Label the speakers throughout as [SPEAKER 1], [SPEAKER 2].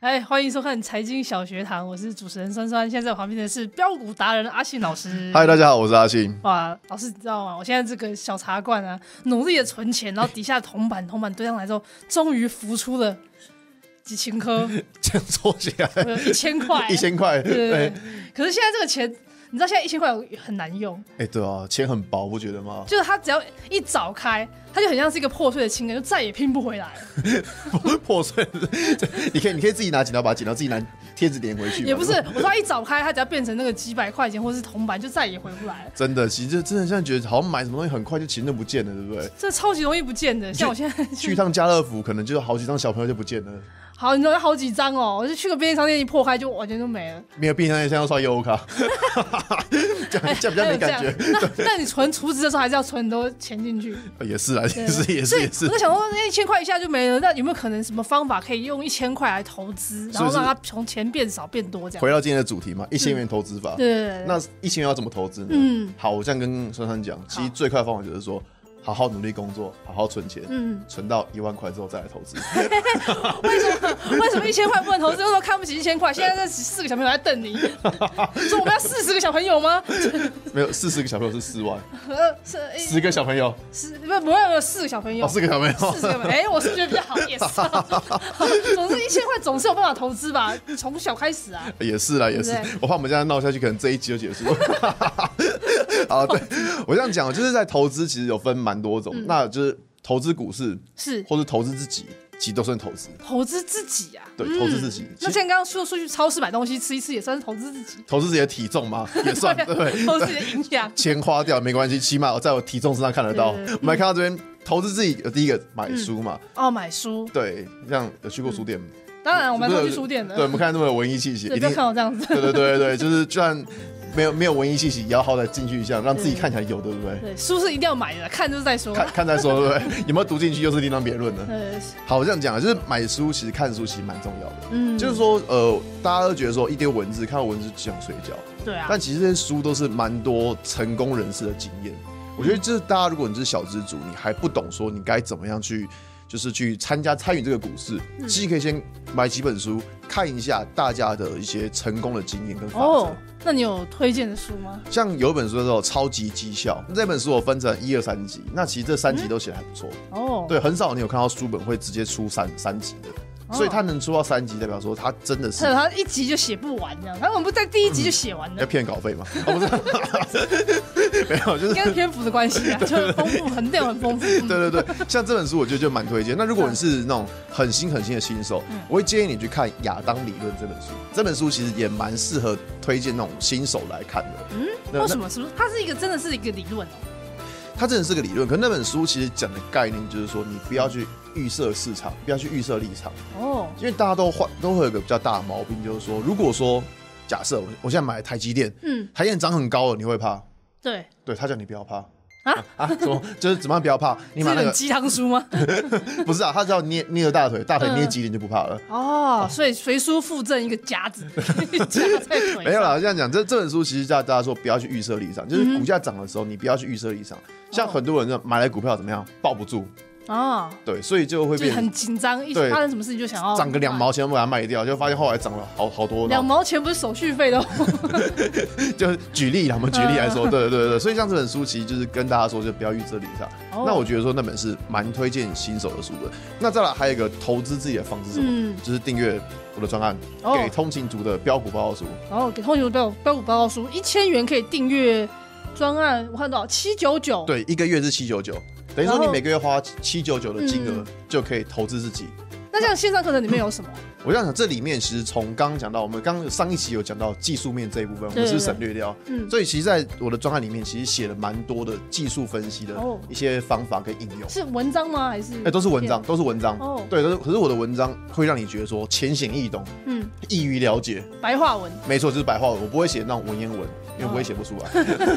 [SPEAKER 1] 哎，欢迎收看财经小学堂，我是主持人酸酸，现在在我旁边的是标股达人阿信老师。
[SPEAKER 2] 嗨，大家好，我是阿信。
[SPEAKER 1] 哇，老师你知道吗？我现在这个小茶罐啊，努力的存钱，然后底下铜板铜板堆上来之后，终于浮出了几千颗，
[SPEAKER 2] 这样做起来
[SPEAKER 1] 我有一千块，
[SPEAKER 2] 一千块，
[SPEAKER 1] 对。对对
[SPEAKER 2] 哎
[SPEAKER 1] 可是现在这个钱，你知道现在一千块很难用，
[SPEAKER 2] 哎，对啊，钱很薄，不觉得 吗？
[SPEAKER 1] 就是它只要一早开，它就很像是一个破碎的青根，就再也拼不回 来了，
[SPEAKER 2] 破碎，你可以，你可以自己拿剪刀把它剪刀，自己拿贴纸粘回去嘛。
[SPEAKER 1] 也不是，我说它一早开，它只要变成那个几百块钱或是铜板，就再也回不来了。
[SPEAKER 2] 真的，其实就真的现在觉得好像买什么东西很快就钱就不见了，对 不对？
[SPEAKER 1] 这超级容易不见的，像我现在
[SPEAKER 2] 去一趟家乐福，可能就有好几张小朋友就不见了，
[SPEAKER 1] 好，你知道有好几张哦，我就去个便利商店一破开就完全都没了，
[SPEAKER 2] 没有冰箱，现在要刷优 卡，这样这样比较没感
[SPEAKER 1] 还有
[SPEAKER 2] 觉。
[SPEAKER 1] 这样那那你存储值的时候还是要存很多钱进去，
[SPEAKER 2] 呃也是啊，
[SPEAKER 1] 对
[SPEAKER 2] 也是也
[SPEAKER 1] 所以
[SPEAKER 2] 是也是
[SPEAKER 1] 我在，想说，那一千块一下就没了，那有没有可能什么方法可以用一千块来投资，然后
[SPEAKER 2] 所以
[SPEAKER 1] 让它
[SPEAKER 2] 是
[SPEAKER 1] 从钱变少变多这样？
[SPEAKER 2] 回到今天的主题嘛，一千元投资法。
[SPEAKER 1] 对对对对
[SPEAKER 2] 那一千元要怎么投资呢？
[SPEAKER 1] 呃嗯
[SPEAKER 2] 好，我这样跟珊珊讲，其实最快的方法就是说，好好努力工作，好好存钱，
[SPEAKER 1] 嗯，
[SPEAKER 2] 存到一万块之后再来 投资。
[SPEAKER 1] 为什么为什么一千块不能投资？那时候看不起一千块，现在这四个小朋友还在瞪你，说我们要四十个小朋友吗？
[SPEAKER 2] 没有四十个小朋友是四万，
[SPEAKER 1] 呃，是哎
[SPEAKER 2] 十个小朋友
[SPEAKER 1] 是不不要有四个小朋友
[SPEAKER 2] 哦，，四个小朋友
[SPEAKER 1] 四，十个吧，哎、我数学比较好，yes。总之，一千块总是有办法投资吧，从小开始啊。
[SPEAKER 2] 也是啦，也是
[SPEAKER 1] 对不对。
[SPEAKER 2] 我怕我们这样闹下去，可能这一集就结 束。好，对我这样讲，就是在投资其实有分蛮多种，
[SPEAKER 1] 嗯
[SPEAKER 2] 那就是投资股市
[SPEAKER 1] 是
[SPEAKER 2] 或是投资自己，其实都算投资。
[SPEAKER 1] 投资自己啊。
[SPEAKER 2] 对，投资自己，
[SPEAKER 1] 那
[SPEAKER 2] 其实
[SPEAKER 1] 像刚刚说出去超市买东西吃一次，也算是投资自己，
[SPEAKER 2] 投资自己的体重 嘛，也 算对不对？
[SPEAKER 1] 投资自己的影 响。
[SPEAKER 2] 钱花掉没关系，起码我在我体重身上看得到。
[SPEAKER 1] 对对对
[SPEAKER 2] 我们来看到这边，投资自己，呃第一个买书嘛，
[SPEAKER 1] 哦，买书，
[SPEAKER 2] 对，像有去过书店，
[SPEAKER 1] 当嗯然我们
[SPEAKER 2] 不是
[SPEAKER 1] 都去书店的。
[SPEAKER 2] 对，我们看那么有文艺气息，
[SPEAKER 1] 对，
[SPEAKER 2] 一
[SPEAKER 1] 不要
[SPEAKER 2] 定，
[SPEAKER 1] 看我这样子。
[SPEAKER 2] 对对对对，就是就算没有没有文艺气息，也要好歹进去一下，让自己
[SPEAKER 1] 对
[SPEAKER 2] 看起来有，对不 对？
[SPEAKER 1] 对，书是一定要买的，看就是再说。
[SPEAKER 2] 看看再说，对不对？有没有读进去又是另当别论呢。
[SPEAKER 1] 呃，
[SPEAKER 2] 好，我这样讲啊，就是买书其实看书其实蛮重要的，
[SPEAKER 1] 嗯，
[SPEAKER 2] 就是说呃，大家都觉得说一堆文字，看到文字就想睡觉。
[SPEAKER 1] 对啊，
[SPEAKER 2] 但其实这些书都是蛮多成功人士的经验。我觉得就是大家，如果你是小资主，你还不懂说你该怎么样去，就是去参加参与这个股市，其实可以先买几本书看一下大家的一些成功的经验跟法则。
[SPEAKER 1] 哦，那你有推荐的书吗？
[SPEAKER 2] 像有一本书叫做《超级绩效》，这本书我分成一二三集，那其实这三集都写的还不错。
[SPEAKER 1] 哦，
[SPEAKER 2] 对，很少你有看到书本会直接出三三集的，所以他能出到三集，代表说他真的是
[SPEAKER 1] 是他一集就写不完这样，他怎么不在第一集就写完
[SPEAKER 2] 要
[SPEAKER 1] 呢？
[SPEAKER 2] 骗稿费嘛？哦，不是，没 有，就是
[SPEAKER 1] 应该是篇幅的关 系啊，就是丰富，很量很丰富。嗯
[SPEAKER 2] 对对对， 像这本书我觉得就蛮推荐。那如果你是那种很新很新的新手，
[SPEAKER 1] 嗯
[SPEAKER 2] 我会建议你去看《亚当理论》这本书。这本书其实也蛮适合推荐那种新手来看的。嗯，
[SPEAKER 1] 为什么？是不是它是一个真的是一个理论哦？
[SPEAKER 2] 它真的是个理论，可那本书其实讲的概念就是说，你不要去预设市场，不要去预设立场，
[SPEAKER 1] 哦，
[SPEAKER 2] 因为大家都换都会有一个比较大的毛病，就是说，如果说假设我我现在买台积电，
[SPEAKER 1] 嗯，
[SPEAKER 2] 台积电涨很高了，你会怕？
[SPEAKER 1] 对，
[SPEAKER 2] 对他叫你不要怕。啊啊！怎么就是怎么样不要怕？你
[SPEAKER 1] 是
[SPEAKER 2] 买
[SPEAKER 1] 一
[SPEAKER 2] 那
[SPEAKER 1] 本
[SPEAKER 2] 个
[SPEAKER 1] 鸡汤书吗？
[SPEAKER 2] 不是啊，他只要捏捏着大腿，大腿捏
[SPEAKER 1] 嗯
[SPEAKER 2] 几点就不怕了。
[SPEAKER 1] 哦，所以随书附赠一个夹子， 夹在腿上。
[SPEAKER 2] 没有啦，这样讲，这这本书其实叫大家说不要去预设立场，
[SPEAKER 1] 嗯
[SPEAKER 2] 就是股价涨的时候，你不要去预设立场。像很多人呢，买了股票怎么样，抱不住，
[SPEAKER 1] 哦，
[SPEAKER 2] 对，所以就会
[SPEAKER 1] 就是
[SPEAKER 2] 变
[SPEAKER 1] 很紧张，一
[SPEAKER 2] 对
[SPEAKER 1] 发生什么事情就想要
[SPEAKER 2] 涨个两
[SPEAKER 1] 买。
[SPEAKER 2] 毛钱，我把它卖掉，就发现后来涨了好好多。
[SPEAKER 1] 两毛钱不是手续费的哦，
[SPEAKER 2] 就是举例啦，我们举例 来说，对对对对。所以像这本书，其实就是跟大家说，就不要预设立场。
[SPEAKER 1] 哦
[SPEAKER 2] 那我觉得说那本是蛮推荐新手的书的。那再来还有一个投资自己的方式是什么，
[SPEAKER 1] 嗯
[SPEAKER 2] 就是订阅我的专案，
[SPEAKER 1] 哦
[SPEAKER 2] 给通勤族的标股报告书。
[SPEAKER 1] 然后给通牛标标股报告书，一千元可以订阅专案，我看到七九九，
[SPEAKER 2] 对，一个月是七九九，等
[SPEAKER 1] 然
[SPEAKER 2] 于说
[SPEAKER 1] 后
[SPEAKER 2] 你每个月花七九九的金额
[SPEAKER 1] 嗯
[SPEAKER 2] 就可以投资自己。
[SPEAKER 1] 那这样线上课程里面有什么？
[SPEAKER 2] 我这样讲，这里面其实从刚刚讲到，我们刚上一期有讲到技术面这一部分，我
[SPEAKER 1] 对
[SPEAKER 2] 们是
[SPEAKER 1] 对
[SPEAKER 2] 省略掉。
[SPEAKER 1] 嗯
[SPEAKER 2] 所以其实在我的专案里面，其实写了蛮多的技术分析的
[SPEAKER 1] 哦
[SPEAKER 2] 一些方法跟应用。
[SPEAKER 1] 是文章吗？还是？
[SPEAKER 2] 哎、都是文章，。都是文章。
[SPEAKER 1] 哦
[SPEAKER 2] 对，但是可是我的文章会让你觉得说浅显易懂，
[SPEAKER 1] 嗯，
[SPEAKER 2] 易于了解。
[SPEAKER 1] 白话 文，
[SPEAKER 2] 没错，就是白话文，我不会写那种文言文，因
[SPEAKER 1] 哦
[SPEAKER 2] 为我也写不出来。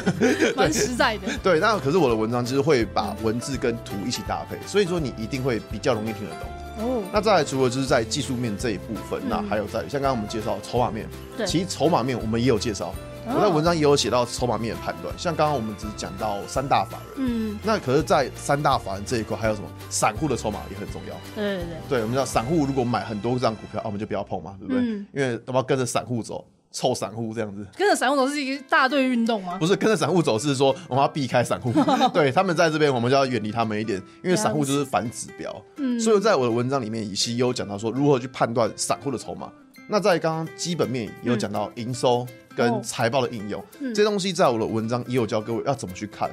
[SPEAKER 1] 蛮实在的。
[SPEAKER 2] 对，那可是我的文章就是会把文字跟图一起搭配，所以说你一定会比较容易听得懂。
[SPEAKER 1] 哦，
[SPEAKER 2] 那再来，除了就是在技术面这一部分，那
[SPEAKER 1] 嗯
[SPEAKER 2] 还有在像刚刚我们介绍筹码面，
[SPEAKER 1] 对
[SPEAKER 2] 其实筹码面我们也有介绍，我
[SPEAKER 1] 哦
[SPEAKER 2] 在文章也有写到筹码面的判断，像刚刚我们只讲到三大法人，
[SPEAKER 3] 嗯，
[SPEAKER 2] 那可是，在三大法人这一块还有什么散户的筹码也很重要。
[SPEAKER 3] 对对对，
[SPEAKER 2] 对，我们知道散户如果买很多张股票，啊，我们就不要碰嘛，对不对？
[SPEAKER 3] 嗯
[SPEAKER 2] 因为要不要跟着散户走，臭散户这样子。
[SPEAKER 1] 跟着散户走是一个大队运动吗？
[SPEAKER 2] 不是跟着散户走，是说我们要避 开散户，对他们在这边，我们就要远离他们一点，因为散户就是反指标。
[SPEAKER 3] 嗯
[SPEAKER 2] 所以在我的文章里面，以西也有讲到说如何去判断散户的筹码。那在刚刚基本面也有讲到营收
[SPEAKER 1] 哦
[SPEAKER 2] 跟财报的应用，
[SPEAKER 3] 嗯
[SPEAKER 2] 这些东西在我的文章也有教各位要怎么去看。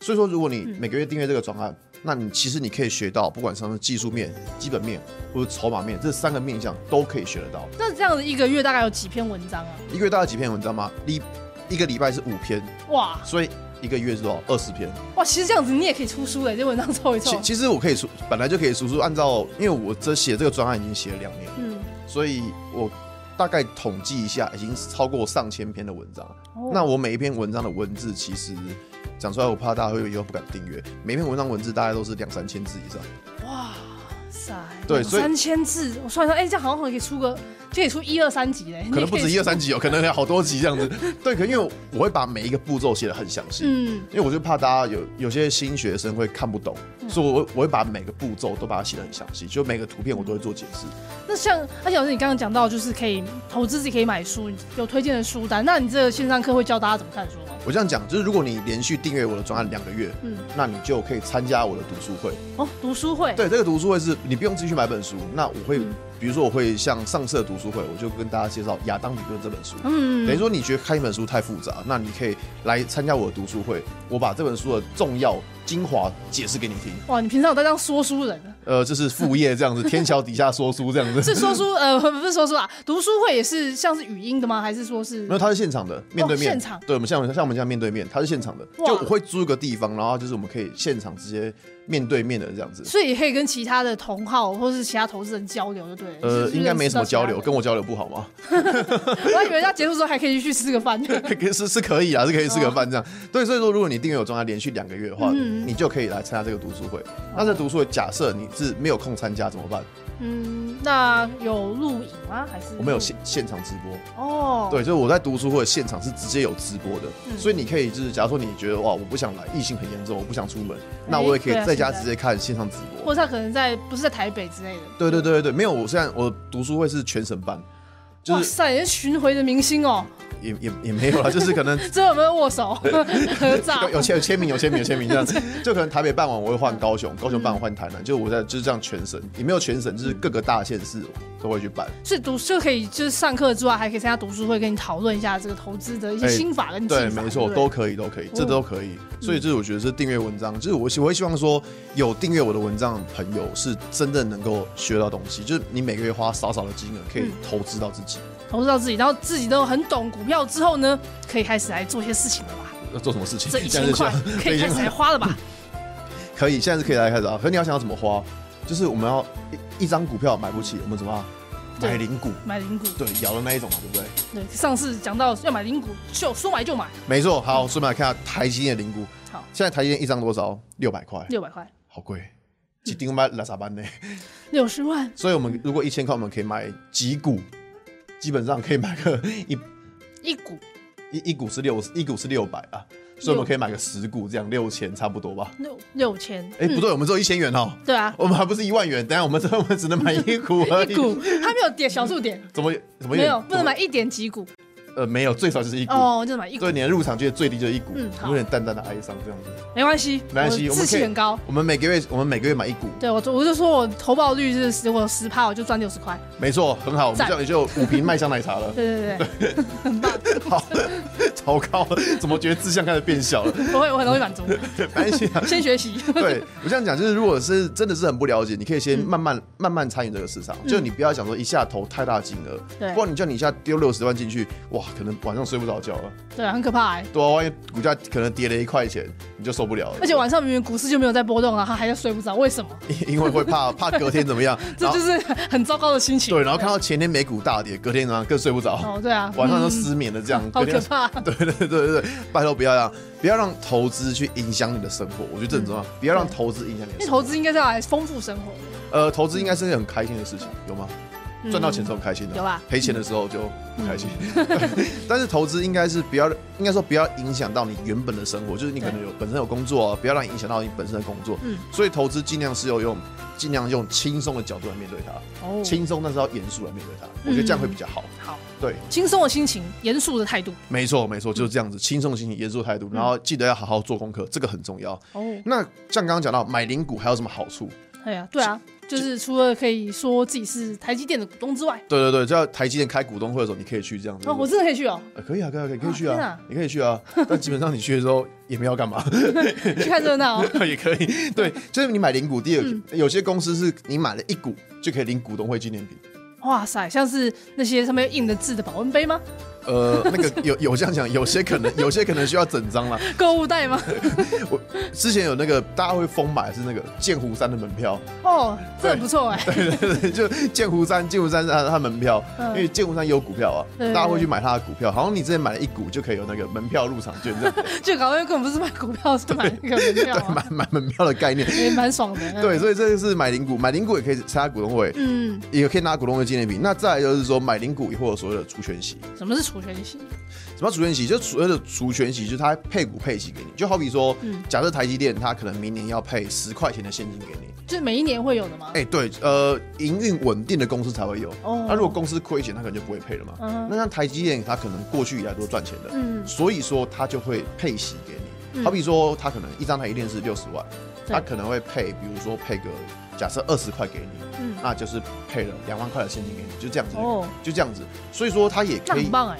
[SPEAKER 2] 所以说，如果
[SPEAKER 3] 嗯
[SPEAKER 2] 你每个月订阅这个专案，那你其实你可以学到，不管上是技术面、基本面或者筹码面这三个面向都可以学得到。
[SPEAKER 1] 那这样子一个月大概有几篇文章啊？
[SPEAKER 2] 一个月大概几篇文章吗？一一个礼拜是五篇，
[SPEAKER 1] 哇
[SPEAKER 2] 所以一个月是多少？二十篇。
[SPEAKER 1] 哇，其实这样子你也可以出书嘞，这文章凑一
[SPEAKER 2] 其
[SPEAKER 1] 凑。
[SPEAKER 2] 其实我可以出，本来就可以出书。按照，因为我这写这个专案已经写了两年，
[SPEAKER 3] 嗯，
[SPEAKER 2] 所以我大概统计一下，已经超过上千篇的文章。
[SPEAKER 1] 哦
[SPEAKER 2] 那我每一篇文章的文字，其实讲出来，我怕大家会以后不敢订阅。每一篇文章文字大概都是两三千字以上。
[SPEAKER 1] 哇塞，
[SPEAKER 2] 对所以
[SPEAKER 1] 三千字，我算一算，哎、这样好像可以出个，就可以出一二三集嘞，
[SPEAKER 2] 可能不止一二
[SPEAKER 1] 三。
[SPEAKER 2] 三集哦，可能有好多集这样子。对，可能因为我会把每一个步骤写得很详细，
[SPEAKER 3] 嗯，
[SPEAKER 2] 因为我就怕大家有有些新学生会看不懂，所以我我会把每个步骤都把它写得很详细，就每个图片我都会做解释。
[SPEAKER 1] 那像，而且老师你刚刚讲到，就是可以投资，自己可以买书，有推荐的书单。那你这个线上课会教大家怎么看书吗？
[SPEAKER 2] 我这样讲，就是如果你连续订阅我的专案两个月，
[SPEAKER 3] 嗯
[SPEAKER 2] 嗯，那你就可以参加我的读书会。
[SPEAKER 1] 哦，读书会。
[SPEAKER 2] 对，这个读书会是你不用自己去买本书，那我会，
[SPEAKER 3] 嗯
[SPEAKER 2] 比如说我会像上次的读书会，我就跟大家介绍《亚当理论》这本书。
[SPEAKER 1] 嗯，
[SPEAKER 2] 等于说你觉得看一本书太复杂，那你可以来参加我的读书会，我把这本书的重要精华解释给你听。
[SPEAKER 1] 哇，你平常有在当说书人啊？
[SPEAKER 2] 呃，这是副业这样子，天桥底下说书这样
[SPEAKER 1] 是
[SPEAKER 2] 子。
[SPEAKER 1] 说书， 呃，不是说书啊，读书会也是像是语音的吗？还是说是
[SPEAKER 2] 没？有，它是现场的，面对面。
[SPEAKER 1] 哦现场
[SPEAKER 2] 对，我们像像我们这样面对面，它是现场的。
[SPEAKER 1] 哇
[SPEAKER 2] 就我会租一个地方，然后就是我们可以现场直接面对面的这样子。
[SPEAKER 1] 所以也可以跟其他的同好或是其他投资人交流，就对了。
[SPEAKER 2] 呃，
[SPEAKER 1] 就是
[SPEAKER 2] 应该没什么交流，
[SPEAKER 1] 认识到
[SPEAKER 2] 跟我交流不好吗？
[SPEAKER 1] 其他人我还以为要结束之后还可以去吃个饭。
[SPEAKER 2] 是是可以啊，是可以吃个饭这样。对，所以说如果你订阅我专栏连续两个月的话，
[SPEAKER 3] 嗯
[SPEAKER 2] 你就可以来参加这个读书会。那这读书会，假设你是没有空参加怎么办？
[SPEAKER 1] 嗯，那有录影吗？还是
[SPEAKER 2] 我们有现现场直播，
[SPEAKER 1] 哦，
[SPEAKER 2] 对，就是我在读书会的现场是直接有直播的，
[SPEAKER 1] 嗯
[SPEAKER 2] 所以你可以就是，假如说你觉得哇，我不想来，疫情很严重，我不想出门，那我也可以
[SPEAKER 1] 对啊
[SPEAKER 2] 在家
[SPEAKER 1] 现在
[SPEAKER 2] 直接看线上直播。
[SPEAKER 1] 或者他可能在不是在台北之类的。
[SPEAKER 2] 对对对对对，没有，我虽然我读书会是全省办，就
[SPEAKER 1] 哇
[SPEAKER 2] 是
[SPEAKER 1] 塞，人家巡回的明星哦，
[SPEAKER 2] 也也也没有啦，就是可能
[SPEAKER 1] 这有没有握手 合照
[SPEAKER 2] 有？有签有签名有签名 有签名这样，就可能台北办完我会换高雄，高雄办完换台南，就我在就是这样全省，也没有全省，就是各个大县市都会去办。
[SPEAKER 1] 是读就可以，就是上课之外还可以参加读书会，跟你讨论一下这个投资的一些
[SPEAKER 2] 哎
[SPEAKER 1] 心法跟技
[SPEAKER 2] 对，
[SPEAKER 1] 法
[SPEAKER 2] 没错，
[SPEAKER 1] 不
[SPEAKER 2] 都可以，都可以，
[SPEAKER 1] 嗯
[SPEAKER 2] 这都可以。所以这是我觉得是订阅文章，就是我希我会希望说有订阅我的文章的朋友是真的能够学到东西，就是你每个月花少少的金额可
[SPEAKER 1] 嗯
[SPEAKER 2] 以投资到自己。
[SPEAKER 1] 投资到自己，然后自己都很懂股票之后呢，可以开始来做一些事情了 吧？
[SPEAKER 2] 要做什么事情？
[SPEAKER 1] 这一
[SPEAKER 2] 这样
[SPEAKER 1] 千
[SPEAKER 2] 就行
[SPEAKER 1] 块 可以开始来啊花了 吧？
[SPEAKER 2] 可以，现在是可以来开始啊。可是你要想要怎么花，就是我们要一一张股票买不起，我们怎么样
[SPEAKER 1] 对
[SPEAKER 2] 买零股？
[SPEAKER 1] 买零股，
[SPEAKER 2] 对，摇的那一种嘛，对不对？
[SPEAKER 1] 对，上次讲到要买零股，就说买就买，
[SPEAKER 2] 没错，好，顺便来看下台积电的零股。
[SPEAKER 1] 好，
[SPEAKER 2] 现在台积电一张多少？六百块，
[SPEAKER 1] 六百块，
[SPEAKER 2] 好贵，几丁买拉萨班呢？
[SPEAKER 1] 六十万，
[SPEAKER 2] 所以我们如果一千块，我们可以买几股，基本上可以买个一
[SPEAKER 1] 一股
[SPEAKER 2] 一一股是六一股是六百啊，所以我们可以买个十股，这样六千差不多吧？
[SPEAKER 1] 六六千，
[SPEAKER 2] 哎、不对，我们只有一千元哦，
[SPEAKER 1] 对啊，
[SPEAKER 2] 我们还不是一万元，等一下我们 这我们只能买一股而
[SPEAKER 1] 一
[SPEAKER 2] 已。
[SPEAKER 1] 股它没有点小数点，
[SPEAKER 2] 怎么怎么
[SPEAKER 1] 没有
[SPEAKER 2] 点
[SPEAKER 1] 不能买？一点几股
[SPEAKER 2] 怎么呃，没有，最少就是一股。
[SPEAKER 1] 哦，就是买一股
[SPEAKER 2] 对，，你的入场券最低就是一股，
[SPEAKER 1] 嗯好
[SPEAKER 2] 有点淡淡的哀伤这样子。
[SPEAKER 1] 没关系，
[SPEAKER 2] 没关系，
[SPEAKER 1] 我
[SPEAKER 2] 我
[SPEAKER 1] 志
[SPEAKER 2] 们可
[SPEAKER 1] 气
[SPEAKER 2] 以
[SPEAKER 1] 很高。。
[SPEAKER 2] 我们每个月我们每个月买一股，
[SPEAKER 1] 对我就，我就说我投报率是十，我十趴我就赚六十块。
[SPEAKER 2] 没错，很好，我们
[SPEAKER 1] 赞
[SPEAKER 2] 这样也就五瓶麦香奶 茶了。
[SPEAKER 1] 对对 对
[SPEAKER 2] 好，糟糕，怎么觉得志向开始变小了？
[SPEAKER 1] 对，我会我很容易满足。
[SPEAKER 2] 没关系啊。
[SPEAKER 1] 先学习，
[SPEAKER 2] 对我这样讲，就是如果是真的是很不了解，你可以先慢慢、慢慢参与这个市场，就你不要想说一下投太大金额，
[SPEAKER 1] 嗯对
[SPEAKER 2] 不然你叫你一下丢六十万进去，哇，可能晚上睡不着觉了，
[SPEAKER 1] 对啊，很可怕哎、
[SPEAKER 2] 对啊，万一股价可能跌了一块钱，你就受不了了。
[SPEAKER 1] 而且晚上明明股市就没有在波动啊，他还在睡不着，为什么？
[SPEAKER 2] 因因为会怕怕隔天怎么样，
[SPEAKER 1] 这
[SPEAKER 2] 然后
[SPEAKER 1] 就是很糟糕的心情。
[SPEAKER 2] 啊对，然后看到前天美股大跌，隔天晚上更睡不着，
[SPEAKER 1] 哦，对啊，
[SPEAKER 2] 晚上就
[SPEAKER 1] 嗯
[SPEAKER 2] 失眠了，这样、
[SPEAKER 1] 好
[SPEAKER 2] 隔
[SPEAKER 1] 可
[SPEAKER 2] 天
[SPEAKER 1] 怕。
[SPEAKER 2] 对对对对对，拜托不要让不要让投资去影响你的生活，我觉得这很重要。不要让投资影响你的
[SPEAKER 1] 因为
[SPEAKER 2] 生
[SPEAKER 1] 投
[SPEAKER 2] 活。
[SPEAKER 1] 资应该是要来丰富生活的，
[SPEAKER 2] 呃，投资应该是件很开心的事情，有吗？
[SPEAKER 1] 嗯
[SPEAKER 2] 赚到钱的时候很开心的、
[SPEAKER 3] 有啊
[SPEAKER 2] 赔钱的时候就不开心。 但是投资应该是不要，应该说不要影响到你原本的生活，就是你可能有本身有工作啊，不要让你影响到你本身的工作。
[SPEAKER 3] 嗯
[SPEAKER 2] 所以投资尽量是要用尽量用轻松的角度来面对它，
[SPEAKER 1] 哦，
[SPEAKER 2] 轻松但是要严肃来面对它，我觉得这样会比较好。
[SPEAKER 1] 好，
[SPEAKER 2] 对，
[SPEAKER 1] 轻松的心情，严肃的态度。
[SPEAKER 2] 没错没错，
[SPEAKER 1] 嗯
[SPEAKER 2] 就是这样子，轻松的心情，严肃的态度，然后记得要好好做功课，这个很重要。
[SPEAKER 1] 哦，
[SPEAKER 2] 那像刚刚讲到买零股还有什么好处？
[SPEAKER 1] 哎呀，对啊，就是除了可以说自己是台积电的股东之外，
[SPEAKER 2] 对对对，在台积电开股东会的时候，你可以去这样子。
[SPEAKER 1] 哦，我真的可以 去哦，
[SPEAKER 2] 呃可以啊，可以啊，可以可以去
[SPEAKER 1] 天
[SPEAKER 2] 啊
[SPEAKER 1] 哪，
[SPEAKER 2] 你可以去 啊。但基本上你去的时候也没要干嘛，
[SPEAKER 1] 去看热闹哦。 嗯
[SPEAKER 2] 也可以。对，就是你买零股，第二个有些公司是你买了一股就可以领股东会纪念品。
[SPEAKER 1] 哇塞，像是那些上面印的字的保温杯 吗？
[SPEAKER 2] 呃，那 个有有这样讲，有些可能有些可能需要整张啦。
[SPEAKER 1] 购物袋吗？
[SPEAKER 2] 之前有那个大家会疯买是那个剑湖山的门票，
[SPEAKER 1] 哦，这很不错哎。
[SPEAKER 2] 就剑湖山，剑湖山是他他门票，
[SPEAKER 1] 嗯
[SPEAKER 2] 因为剑湖山有股票啊，
[SPEAKER 1] 对
[SPEAKER 2] 大家会去买他的股票。好像你之前买了一股就可以有那个门票入场券这样，
[SPEAKER 1] 就搞根本不是买股票，是买那个门票
[SPEAKER 2] 对，
[SPEAKER 1] 啊，
[SPEAKER 2] 买买门票的概念。
[SPEAKER 1] 也蛮爽的。嗯，
[SPEAKER 2] 对，所以这就是买零股，买零股也可以参加股东会，
[SPEAKER 3] 嗯，
[SPEAKER 2] 也可以拿股东会纪念品。那再来就是说，买零股也会有所谓的除权息。
[SPEAKER 1] 什么是除权息？
[SPEAKER 2] 什么叫除权息？就所谓的除权息，就是它配股配息给你。就好比说，
[SPEAKER 1] 嗯
[SPEAKER 2] 假设台积电它可能明年要配十块钱的现金给你，
[SPEAKER 1] 就是每一年会有的吗？
[SPEAKER 2] 哎、对，呃，营运稳定的公司才会有。
[SPEAKER 1] 哦嗯
[SPEAKER 2] 那如果公司亏钱，它可能就不会配了嘛。那像台积电，它可能过去以来都赚钱的，
[SPEAKER 3] 嗯
[SPEAKER 2] 所以说它就会配息给你。好比说，它可能一张台积电是六十万，
[SPEAKER 1] 嗯对
[SPEAKER 2] 它可能会配，比如说配个假设二十块给你，
[SPEAKER 3] 嗯
[SPEAKER 2] 那就是配了两万块的现金给你，就这样子，
[SPEAKER 1] 哦
[SPEAKER 2] 就这样子。所以说它也
[SPEAKER 1] 那
[SPEAKER 2] 可以
[SPEAKER 1] 很，棒哎，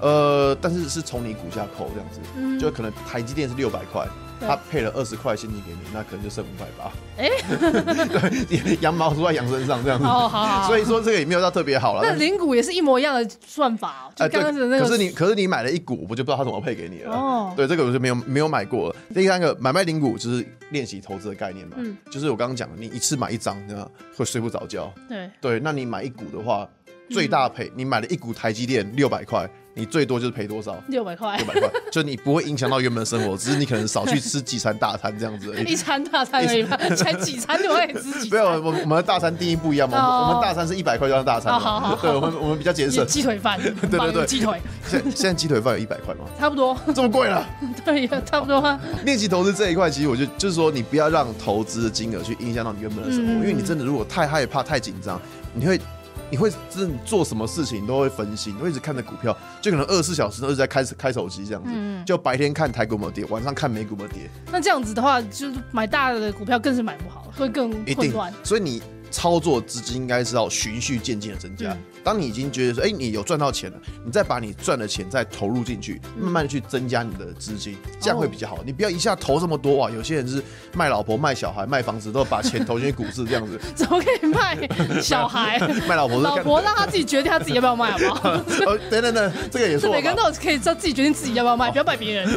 [SPEAKER 2] 呃，但是是从你股价扣这样子，
[SPEAKER 3] 嗯
[SPEAKER 2] 就可能台积电是六百块。
[SPEAKER 1] 对
[SPEAKER 2] 它配了二十块现金给你，那可能就剩五百八。
[SPEAKER 1] 哎
[SPEAKER 2] 对，羊毛出在羊身上这样子。
[SPEAKER 1] 哦，好好好。
[SPEAKER 2] 所以说这个也没有到特别好了。
[SPEAKER 1] 那
[SPEAKER 2] 但是
[SPEAKER 1] 零股也是一模一样的算法哦，就
[SPEAKER 2] 哎
[SPEAKER 1] 刚刚的那
[SPEAKER 2] 对，
[SPEAKER 1] 个。
[SPEAKER 2] 可是你可是你买了一股，我就不知道它怎么配给你了。
[SPEAKER 1] 哦
[SPEAKER 2] 对，这个我就没有没有买过了。第三个买卖零股就是练习投资的概念嘛，
[SPEAKER 3] 嗯
[SPEAKER 2] 就是我刚刚讲的，你一次买一张，那会睡不着觉。
[SPEAKER 1] 对
[SPEAKER 2] 对，那你买一股的话，最大赔，
[SPEAKER 1] 嗯
[SPEAKER 2] 你买了一股台积电六百块，你最多就是赔多少？
[SPEAKER 1] 六百块
[SPEAKER 2] 六百块，就你不会影响到原本的生活，只是你可能少去吃几餐大餐这样 子而已。
[SPEAKER 1] 一餐大餐而已 吧，才几餐就可以吃几
[SPEAKER 2] 没有，我
[SPEAKER 1] 餐。
[SPEAKER 2] 们我们的大餐定义不一样嘛，我们
[SPEAKER 1] 哦
[SPEAKER 2] 我们大餐是一百块就算大餐
[SPEAKER 1] 哦好
[SPEAKER 2] 嘛
[SPEAKER 1] 好，
[SPEAKER 2] 对，我们我们比较节省。
[SPEAKER 1] 鸡腿饭，对
[SPEAKER 2] 对对
[SPEAKER 1] 鸡腿
[SPEAKER 2] 现现在鸡腿饭有一百块吗？
[SPEAKER 1] 差不多，
[SPEAKER 2] 这么贵了？
[SPEAKER 1] 对，差不多啊。
[SPEAKER 2] 练习投资这一块，其实我就就是说，你不要让投资的金额去影响到你原本的生活，
[SPEAKER 1] 嗯
[SPEAKER 2] 因为你真的如果太害怕、太紧张，你会。你会真的做什么事情都会分心，你会一直看着股票，就可能二十四小时都是在开开手机这样子，
[SPEAKER 1] 嗯
[SPEAKER 2] 就白天看台股有没有跌，晚上看美股有没有跌，
[SPEAKER 1] 那这样子的话，就是买大的股票更是买不好，会更
[SPEAKER 2] 一
[SPEAKER 1] 混
[SPEAKER 2] 定
[SPEAKER 1] 乱。。
[SPEAKER 2] 所以你操作资金应该是要循序渐进的增加。
[SPEAKER 1] 嗯
[SPEAKER 2] 当你已经觉得说，哎、你有赚到钱了，你再把你赚的钱再投入进去，慢慢的去增加你的资金，
[SPEAKER 1] 哦
[SPEAKER 2] 这样会比较好。你不要一下投这么多啊！有些人是卖老婆、卖小孩、卖房子，都把钱投进去股市这样子。
[SPEAKER 1] 怎么可以卖小 孩？
[SPEAKER 2] 卖老 婆是
[SPEAKER 1] 老
[SPEAKER 2] 干，
[SPEAKER 1] 婆让他自己决定他自己要不要卖，好不 好？
[SPEAKER 2] 呃，等等等，这个也
[SPEAKER 1] 是
[SPEAKER 2] 错
[SPEAKER 1] 每个人
[SPEAKER 2] 吧。
[SPEAKER 1] 都有可以知道自己决定自己要不要
[SPEAKER 2] 哦
[SPEAKER 1] 卖，不要卖别 人。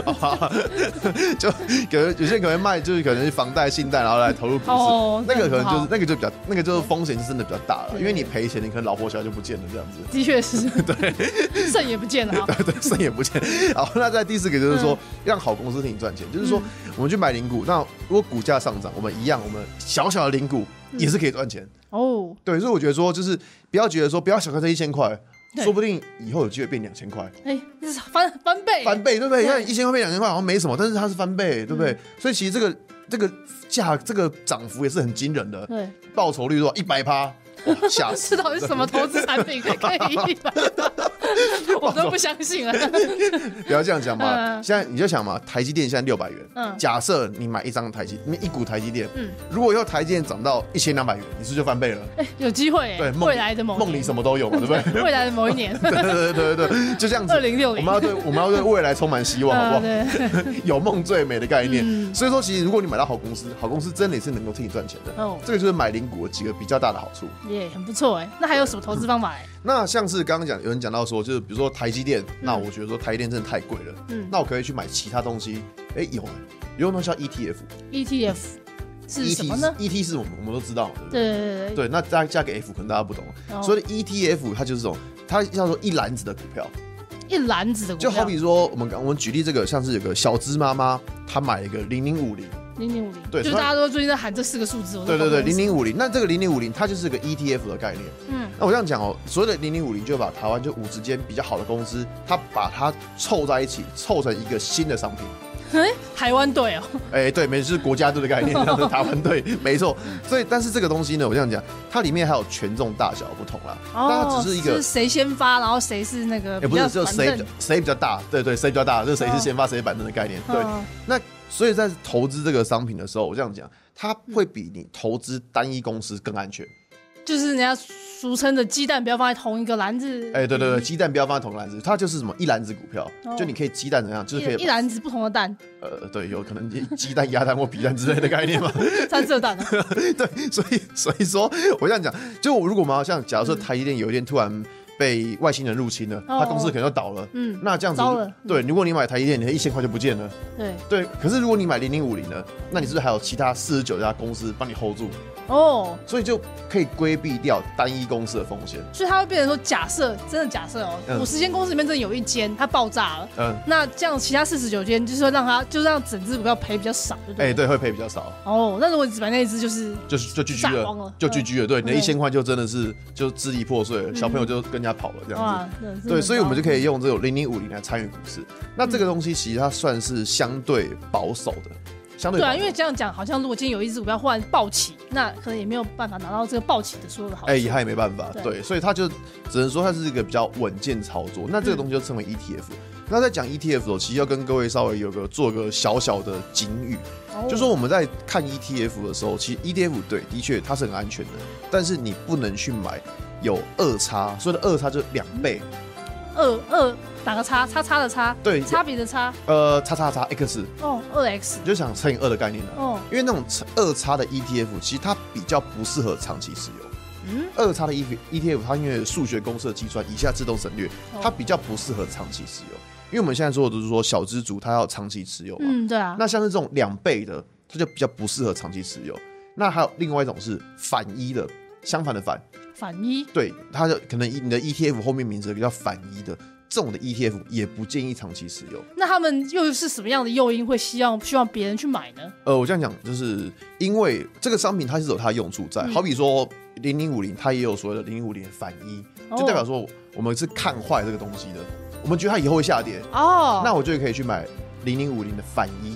[SPEAKER 2] 就可能有些人可能卖，就是可能是房贷、信贷，然后来投入股市，
[SPEAKER 1] 哦
[SPEAKER 2] 那个可
[SPEAKER 1] 那很
[SPEAKER 2] 能就是
[SPEAKER 1] 好
[SPEAKER 2] 那个就比较那个就是风险是真的比较大了，
[SPEAKER 1] 对
[SPEAKER 2] 因为你赔钱，你可能老婆小孩就不见了这样子。
[SPEAKER 1] 的确 是， 对，肾也不见了啊。
[SPEAKER 2] 对，肾也不见。好，那在第四个就是
[SPEAKER 1] 嗯
[SPEAKER 2] 说，让好公司替你赚钱，就是说我们去买零股，那如果股价上涨，我们一样，我们小小的零股也是可以赚钱。
[SPEAKER 1] 哦，
[SPEAKER 2] 对，所以我觉得说，就是不要觉得说，不要小看这一千块。
[SPEAKER 1] 对
[SPEAKER 2] 说不定以后有机会变两千块，
[SPEAKER 1] 哎，这是翻翻倍，
[SPEAKER 2] 翻倍，对不对？你
[SPEAKER 1] 对嗯
[SPEAKER 2] 看一千块变两千块好像没什么，但是它是翻倍，对不对？所以其实这个这个价这个涨幅也是很惊人的，
[SPEAKER 1] 对，
[SPEAKER 2] 报酬率多少？一百趴，哇吓死！
[SPEAKER 1] 这到底是什么投资产品可以一百多？ 我都不相信 啊！
[SPEAKER 2] 不要这样讲嘛！
[SPEAKER 1] 嗯
[SPEAKER 2] 现在你就想嘛，台积电现在六百元，
[SPEAKER 1] 嗯
[SPEAKER 2] 假设你买一张台积，你一股台积电，
[SPEAKER 1] 嗯
[SPEAKER 2] 如果以后台积电涨到一千两百元，你是不是就翻倍了？
[SPEAKER 1] 哎有机会哎，
[SPEAKER 2] 对，梦
[SPEAKER 1] 未来的某一
[SPEAKER 2] 梦里
[SPEAKER 1] 年
[SPEAKER 2] 什么都有嘛，对不对？
[SPEAKER 1] 未来的某一 年，
[SPEAKER 2] 对对对对对，就这样子。
[SPEAKER 1] 二零六
[SPEAKER 2] 我
[SPEAKER 1] 零
[SPEAKER 2] 们，要对我们要对未来充满希望，好
[SPEAKER 1] 啊
[SPEAKER 2] 不
[SPEAKER 1] 对，
[SPEAKER 2] 好？有梦最美的概念。
[SPEAKER 1] 嗯
[SPEAKER 2] 所以说，其实如果你买到好公司，好公司真的也是能够替你赚钱的。
[SPEAKER 1] 哦
[SPEAKER 2] 这个就是买零股的几个比较大的好处。
[SPEAKER 1] 也很不错哎。那还有什么投资方法哎？
[SPEAKER 2] 那像是刚刚讲，有人讲到说，就是比如说台积电，那我觉得说台积电真的太贵了，
[SPEAKER 3] 嗯
[SPEAKER 2] 那我可以去买其他东西。哎、有、欸、有种东西叫 ETF。
[SPEAKER 1] ETF ，E 是什么
[SPEAKER 2] ET
[SPEAKER 1] 呢？
[SPEAKER 2] ET E 是我们我们都知道嘛，对不对？
[SPEAKER 1] 对对对
[SPEAKER 2] 对，那再加个 F，可能大家不懂。
[SPEAKER 1] 哦
[SPEAKER 2] 所以 ETF 它就是这种，它叫做一篮子的股票，
[SPEAKER 1] 一篮子的股
[SPEAKER 2] 就
[SPEAKER 1] 票，
[SPEAKER 2] 好比说我们刚我们举例这个，像是有个小资妈妈，她买了一个零零五零，
[SPEAKER 1] 零点五零，
[SPEAKER 2] 对
[SPEAKER 1] 就
[SPEAKER 2] 所
[SPEAKER 1] 大
[SPEAKER 2] 以
[SPEAKER 1] 家都最近在喊这四个数哦字，我都
[SPEAKER 2] 对对对，
[SPEAKER 1] 搞不懂
[SPEAKER 2] 零零五零，那这个零零五零它就是个 ETF 的概念。
[SPEAKER 1] 嗯，
[SPEAKER 2] 那我这样讲哦，所谓的零零五零就把台湾就五十间比较好的公司，它把它凑在一起，凑成一个新的商品。
[SPEAKER 1] 哎，台湾队哦，
[SPEAKER 2] 哎、对，没是国家队的概 念，这样的台湾队，没错。所以，但是这个东西呢，我这样讲，它里面还有权重大小的不同啦。但它
[SPEAKER 1] 哦，
[SPEAKER 2] 只是一个，
[SPEAKER 1] 谁先发，然后谁是那个比
[SPEAKER 2] 也、不是
[SPEAKER 1] 较
[SPEAKER 2] 只有
[SPEAKER 1] 反
[SPEAKER 2] 谁
[SPEAKER 1] 正哦
[SPEAKER 2] 比较谁比较大，对对，谁比较大，就是谁是先发谁是板凳的概念。对，
[SPEAKER 1] 嗯
[SPEAKER 2] 那所以在投资这个商品的时候，我这样讲，它会比你投资单一公司更安全。
[SPEAKER 1] 就是人家俗称的鸡蛋不要放在同一个篮子，
[SPEAKER 2] 哎、对对对，鸡蛋不要放在同篮子，它就是什么一篮子股票，
[SPEAKER 1] 嗯哦
[SPEAKER 2] 就你可以鸡蛋怎样，就是可以
[SPEAKER 1] 一一篮子不同的蛋，
[SPEAKER 2] 呃，对，有可能鸡鸡蛋、鸭蛋或皮蛋之类的概念嘛。
[SPEAKER 1] 三色蛋啊，
[SPEAKER 2] 对，所以所以说，我这样讲，就如果我们要像，
[SPEAKER 1] 嗯
[SPEAKER 2] 假如说台积电有一天突然被外星人入侵了，它公司可能就倒了。
[SPEAKER 1] 哦嗯，
[SPEAKER 2] 那这样子
[SPEAKER 1] 糟了，
[SPEAKER 2] 对，如果你买台积电，你的一千块就不见了。
[SPEAKER 1] 对，
[SPEAKER 2] 对，可是如果你买零零五零呢，那你是不是还有其他四十九家公司帮你 hold 住？
[SPEAKER 1] 哦，
[SPEAKER 2] 所以就可以规避掉单一公司的风险。
[SPEAKER 1] 所以它会变成说，假设真的假设哦，
[SPEAKER 2] 嗯
[SPEAKER 1] 五十间公司里面真的有一间它爆炸了，
[SPEAKER 2] 嗯，
[SPEAKER 1] 那这样其他四十九间就是会让它就是让整只股票赔比较少，对不
[SPEAKER 2] 哎、
[SPEAKER 1] 对？
[SPEAKER 2] 对，会赔比较少，
[SPEAKER 1] 哦，那如果只买那一只就是
[SPEAKER 2] 就是就 GG
[SPEAKER 1] 炸光了
[SPEAKER 2] 了，就
[SPEAKER 1] 嗯
[SPEAKER 2] GG 了。对，你的
[SPEAKER 1] 嗯
[SPEAKER 2] 一千块就真的是就支离破碎了，小朋友就跟人家跑了这样子。
[SPEAKER 1] 哇，真的嗯是
[SPEAKER 2] 对，所以我们就
[SPEAKER 1] 以
[SPEAKER 2] 可以用这种零零五零来参与股市。那这个东西其实它算是相对保守的，相对
[SPEAKER 1] 对
[SPEAKER 2] 保守
[SPEAKER 1] 啊，因为这样讲，好像如果今天有一只股票忽然暴起，那可能也没有办法拿到这个暴起的所有的好处。
[SPEAKER 2] 哎、他也没办法，
[SPEAKER 1] 对
[SPEAKER 2] 对，所以他就只能说它是一个比较稳健操作。那这
[SPEAKER 1] 嗯
[SPEAKER 2] 个东西就称为 ETF。那在讲 ETF 的时候，其实要跟各位稍微有个做个小小的警语，
[SPEAKER 1] 哦
[SPEAKER 2] 就说我们在看 ETF 的时候，其实 ETF 对，的确它是很安全的，但是你不能去买有二差，所谓的二差就是两倍，
[SPEAKER 1] 嗯二二打个叉，叉叉的叉，
[SPEAKER 2] 对，
[SPEAKER 1] 差别的叉，
[SPEAKER 2] 呃，叉叉叉 X，
[SPEAKER 1] 哦，二 x，
[SPEAKER 2] 你就想乘以二的概念啊。
[SPEAKER 1] 哦，
[SPEAKER 2] 因为那种二差的 ETF，其实它比较不适合长期持有。
[SPEAKER 1] 嗯，
[SPEAKER 2] 二差的 E ETF，它因为数学公式的计算，以下自动省略，它
[SPEAKER 1] 哦
[SPEAKER 2] 比较不适合长期持有。因为我们现在说的就是说小资族它要长期持有嘛，
[SPEAKER 1] 嗯，对啊，
[SPEAKER 2] 那像是这种两倍的，它就比较不适合长期持有。那还有另外一种是反一的，相反的反，
[SPEAKER 1] 反一，
[SPEAKER 2] 对，它的可能你的 ETF 后面名字叫反一的，这种的 ETF 也不建议长期持有。
[SPEAKER 1] 那他们又是什么样的诱因会希望希望别人去买呢？
[SPEAKER 2] 呃，我这样讲，就是因为这个商品它是有它的用处在，
[SPEAKER 1] 嗯
[SPEAKER 2] 好比说零零五零，它也有所谓的零零五零反一，
[SPEAKER 1] 哦
[SPEAKER 2] 就代表说我们是看坏这个东西的，我们觉得它以后会下跌，
[SPEAKER 1] 哦，
[SPEAKER 2] 那我就可以去买零零五零的反一。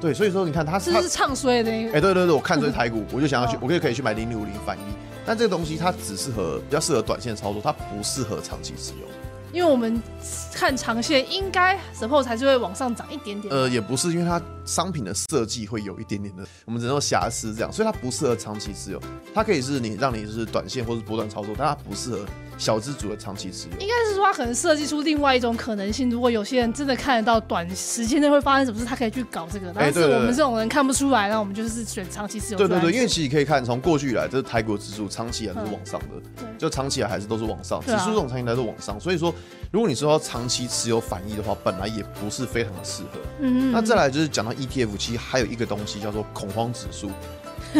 [SPEAKER 2] 对，所以说你看它是
[SPEAKER 1] 这
[SPEAKER 2] 它
[SPEAKER 1] 就，是唱衰的那
[SPEAKER 2] 哎、
[SPEAKER 1] 个，
[SPEAKER 2] 对对对，我看这是台股，我就想要去
[SPEAKER 1] 哦，
[SPEAKER 2] 我就可以去买零零五零反一。但这个东西它只适合比较适合短线操作，它不适合长期持有。
[SPEAKER 1] 因为我们看长线应该 suppose 才是会往上涨一点点。
[SPEAKER 2] 呃，也不是，因为它商品的设计会有一点点的，我们只能说瑕疵这样，所以它不适合长期持有。它可以是你让你就是短线或是波段操作，但它不适合小资主的长期持有。
[SPEAKER 1] 应该是说，他可能设计出另外一种可能性。如果有些人真的看得到短时间内会发生什么事，他可以去搞这个。但是
[SPEAKER 2] 哎对对
[SPEAKER 1] 我们这种人看不出来，那我们就是选长期持有
[SPEAKER 2] 对
[SPEAKER 1] 专案。
[SPEAKER 2] 对对，因为其实可以看从过去以来，这是台股指数长期以来都是往上的
[SPEAKER 1] 对，
[SPEAKER 2] 就长期以来还是都是往上，指
[SPEAKER 1] 对啊
[SPEAKER 2] 数这种长期以来都往上。所以说，如果你说要长期持有反义的话，本来也不是非常的适合。
[SPEAKER 1] 嗯嗯
[SPEAKER 2] 那再来就是讲到 ETF，其实还有一个东西叫做恐慌指数，